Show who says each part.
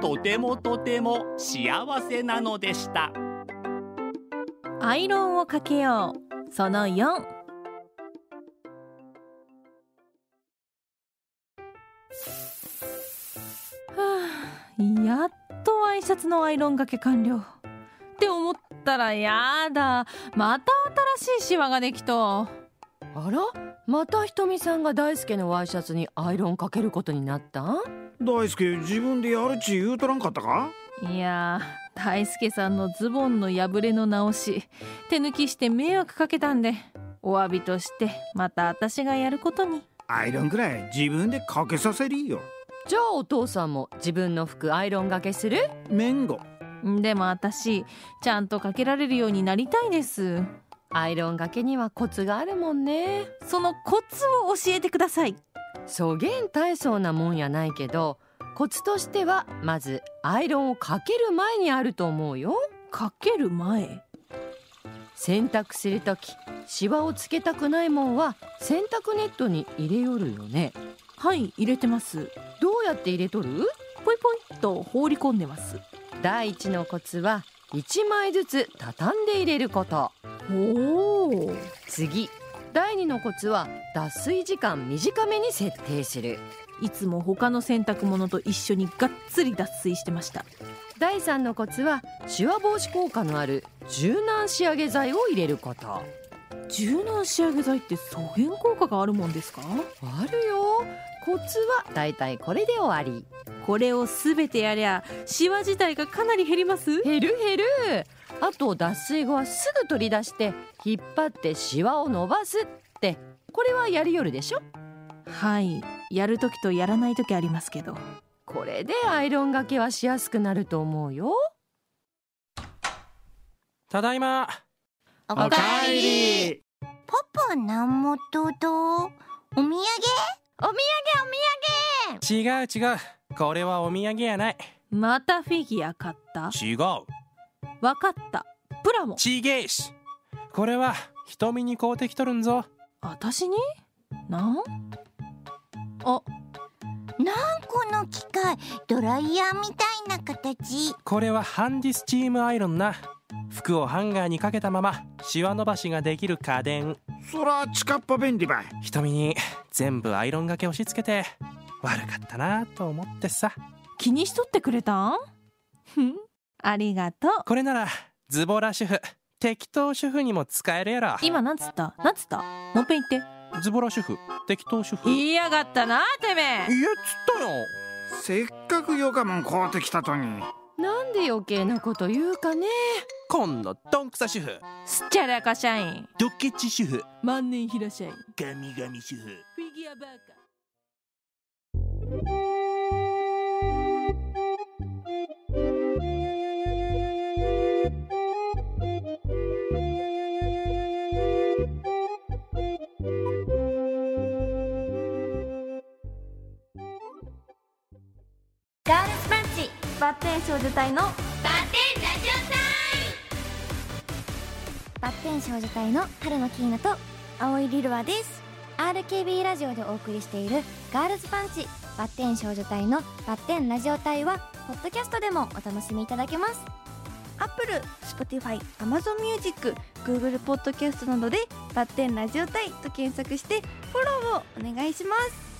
Speaker 1: とてもとても幸せなのでした
Speaker 2: アイロンをかけようその4やっとワイシャツのアイロンがけ完了って思ったらやだまた新しいシワができた
Speaker 3: あらまたひとみさんが大輔のワイシャツにアイロンかけることになったん
Speaker 4: 大輔自分でやるち言うとらんかったか
Speaker 2: いやー大輔さんのズボンの破れの直し手抜きして迷惑かけたんでお詫びとしてまた私がやることに
Speaker 4: アイロンくらい自分でかけさせりよ
Speaker 3: じゃあお父さんも自分の服アイロンがけする
Speaker 4: めんご
Speaker 2: でも私ちゃんとかけられるようになりたいです
Speaker 3: アイロンがけにはコツがあるもんね
Speaker 2: そのコツを教えてください
Speaker 3: そげん大層なもんやないけどコツとしてはまずアイロンをかける前にあると思うよ
Speaker 2: かける前
Speaker 3: 洗濯するときシワをつけたくないもんは洗濯ネットに入れよるよね
Speaker 2: はい入れてます
Speaker 3: どうやって入れとる
Speaker 2: ポイポイっと放り込んでます
Speaker 3: 第一のコツは1枚ずつ畳んで入れること
Speaker 2: おお
Speaker 3: 次第2のコツは脱水時間短めに設定する
Speaker 2: いつも他の洗濯物と一緒にがっつり脱水してました
Speaker 3: 第3のコツはシワ防止効果のある柔軟仕上げ剤を入れること
Speaker 2: 柔軟仕上げ剤って素変効果があるもんですか
Speaker 3: あるよコツはだいたいこれで終わり
Speaker 2: これをすべてやりゃシワ自体がかなり減ります
Speaker 3: 減る減るあと脱水後はすぐ取り出して引っ張ってシワを伸ばすってこれはやるよるでしょ
Speaker 2: はいやる時とやらない時ありますけど
Speaker 3: これでアイロンがけはしやすくなると思うよ
Speaker 5: ただいま
Speaker 6: おかえりパパなんもとどお土産
Speaker 3: お土産
Speaker 5: 違う違うこれはお土産やない
Speaker 2: またフィギュア買った
Speaker 5: 違う
Speaker 2: わかったプラモ
Speaker 5: ちげえしこれは瞳に買うてきとるんぞ
Speaker 2: 私になんあ
Speaker 6: なんこの機械ドライヤーみたいな形
Speaker 5: これはハンディスチームアイロンな服をハンガーにかけたままシワ伸ばしができる家電
Speaker 4: そら近っぱ便利ばい
Speaker 5: 瞳に全部アイロンがけ押し付けて悪かったなと思ってさ
Speaker 2: 気にしとってくれたんふんありがとう
Speaker 5: これならズボラ主婦適当主婦にも使えるやろ
Speaker 2: 今なんつったなんつったもっぺん言っ
Speaker 5: ズボラ主婦適当主婦
Speaker 2: て言いやがったなてめえ
Speaker 5: いやつったよ
Speaker 4: せっかくよかもん買うてきたとに
Speaker 3: なんで余計なこと言うかね
Speaker 5: こんなどんくさ主婦
Speaker 2: すっちゃらか社員
Speaker 5: ドケチ主婦
Speaker 2: 万年平社員
Speaker 5: ガミガミ主婦
Speaker 2: フィギュアバーカ
Speaker 7: ガールズパンチバッテン少女隊の
Speaker 6: バッテンラジオ
Speaker 7: バッテン少女隊の春野キーナと青井リルワです RKB ラジオでお送りしているガールズパンチバッテン少女隊のバッテンラジオ隊はポッドキャストでもお楽しみいただけます
Speaker 8: アップル、Spotify、Amazon Music、Google Podcast などでバッテンラジオ隊と検索してフォローをお願いします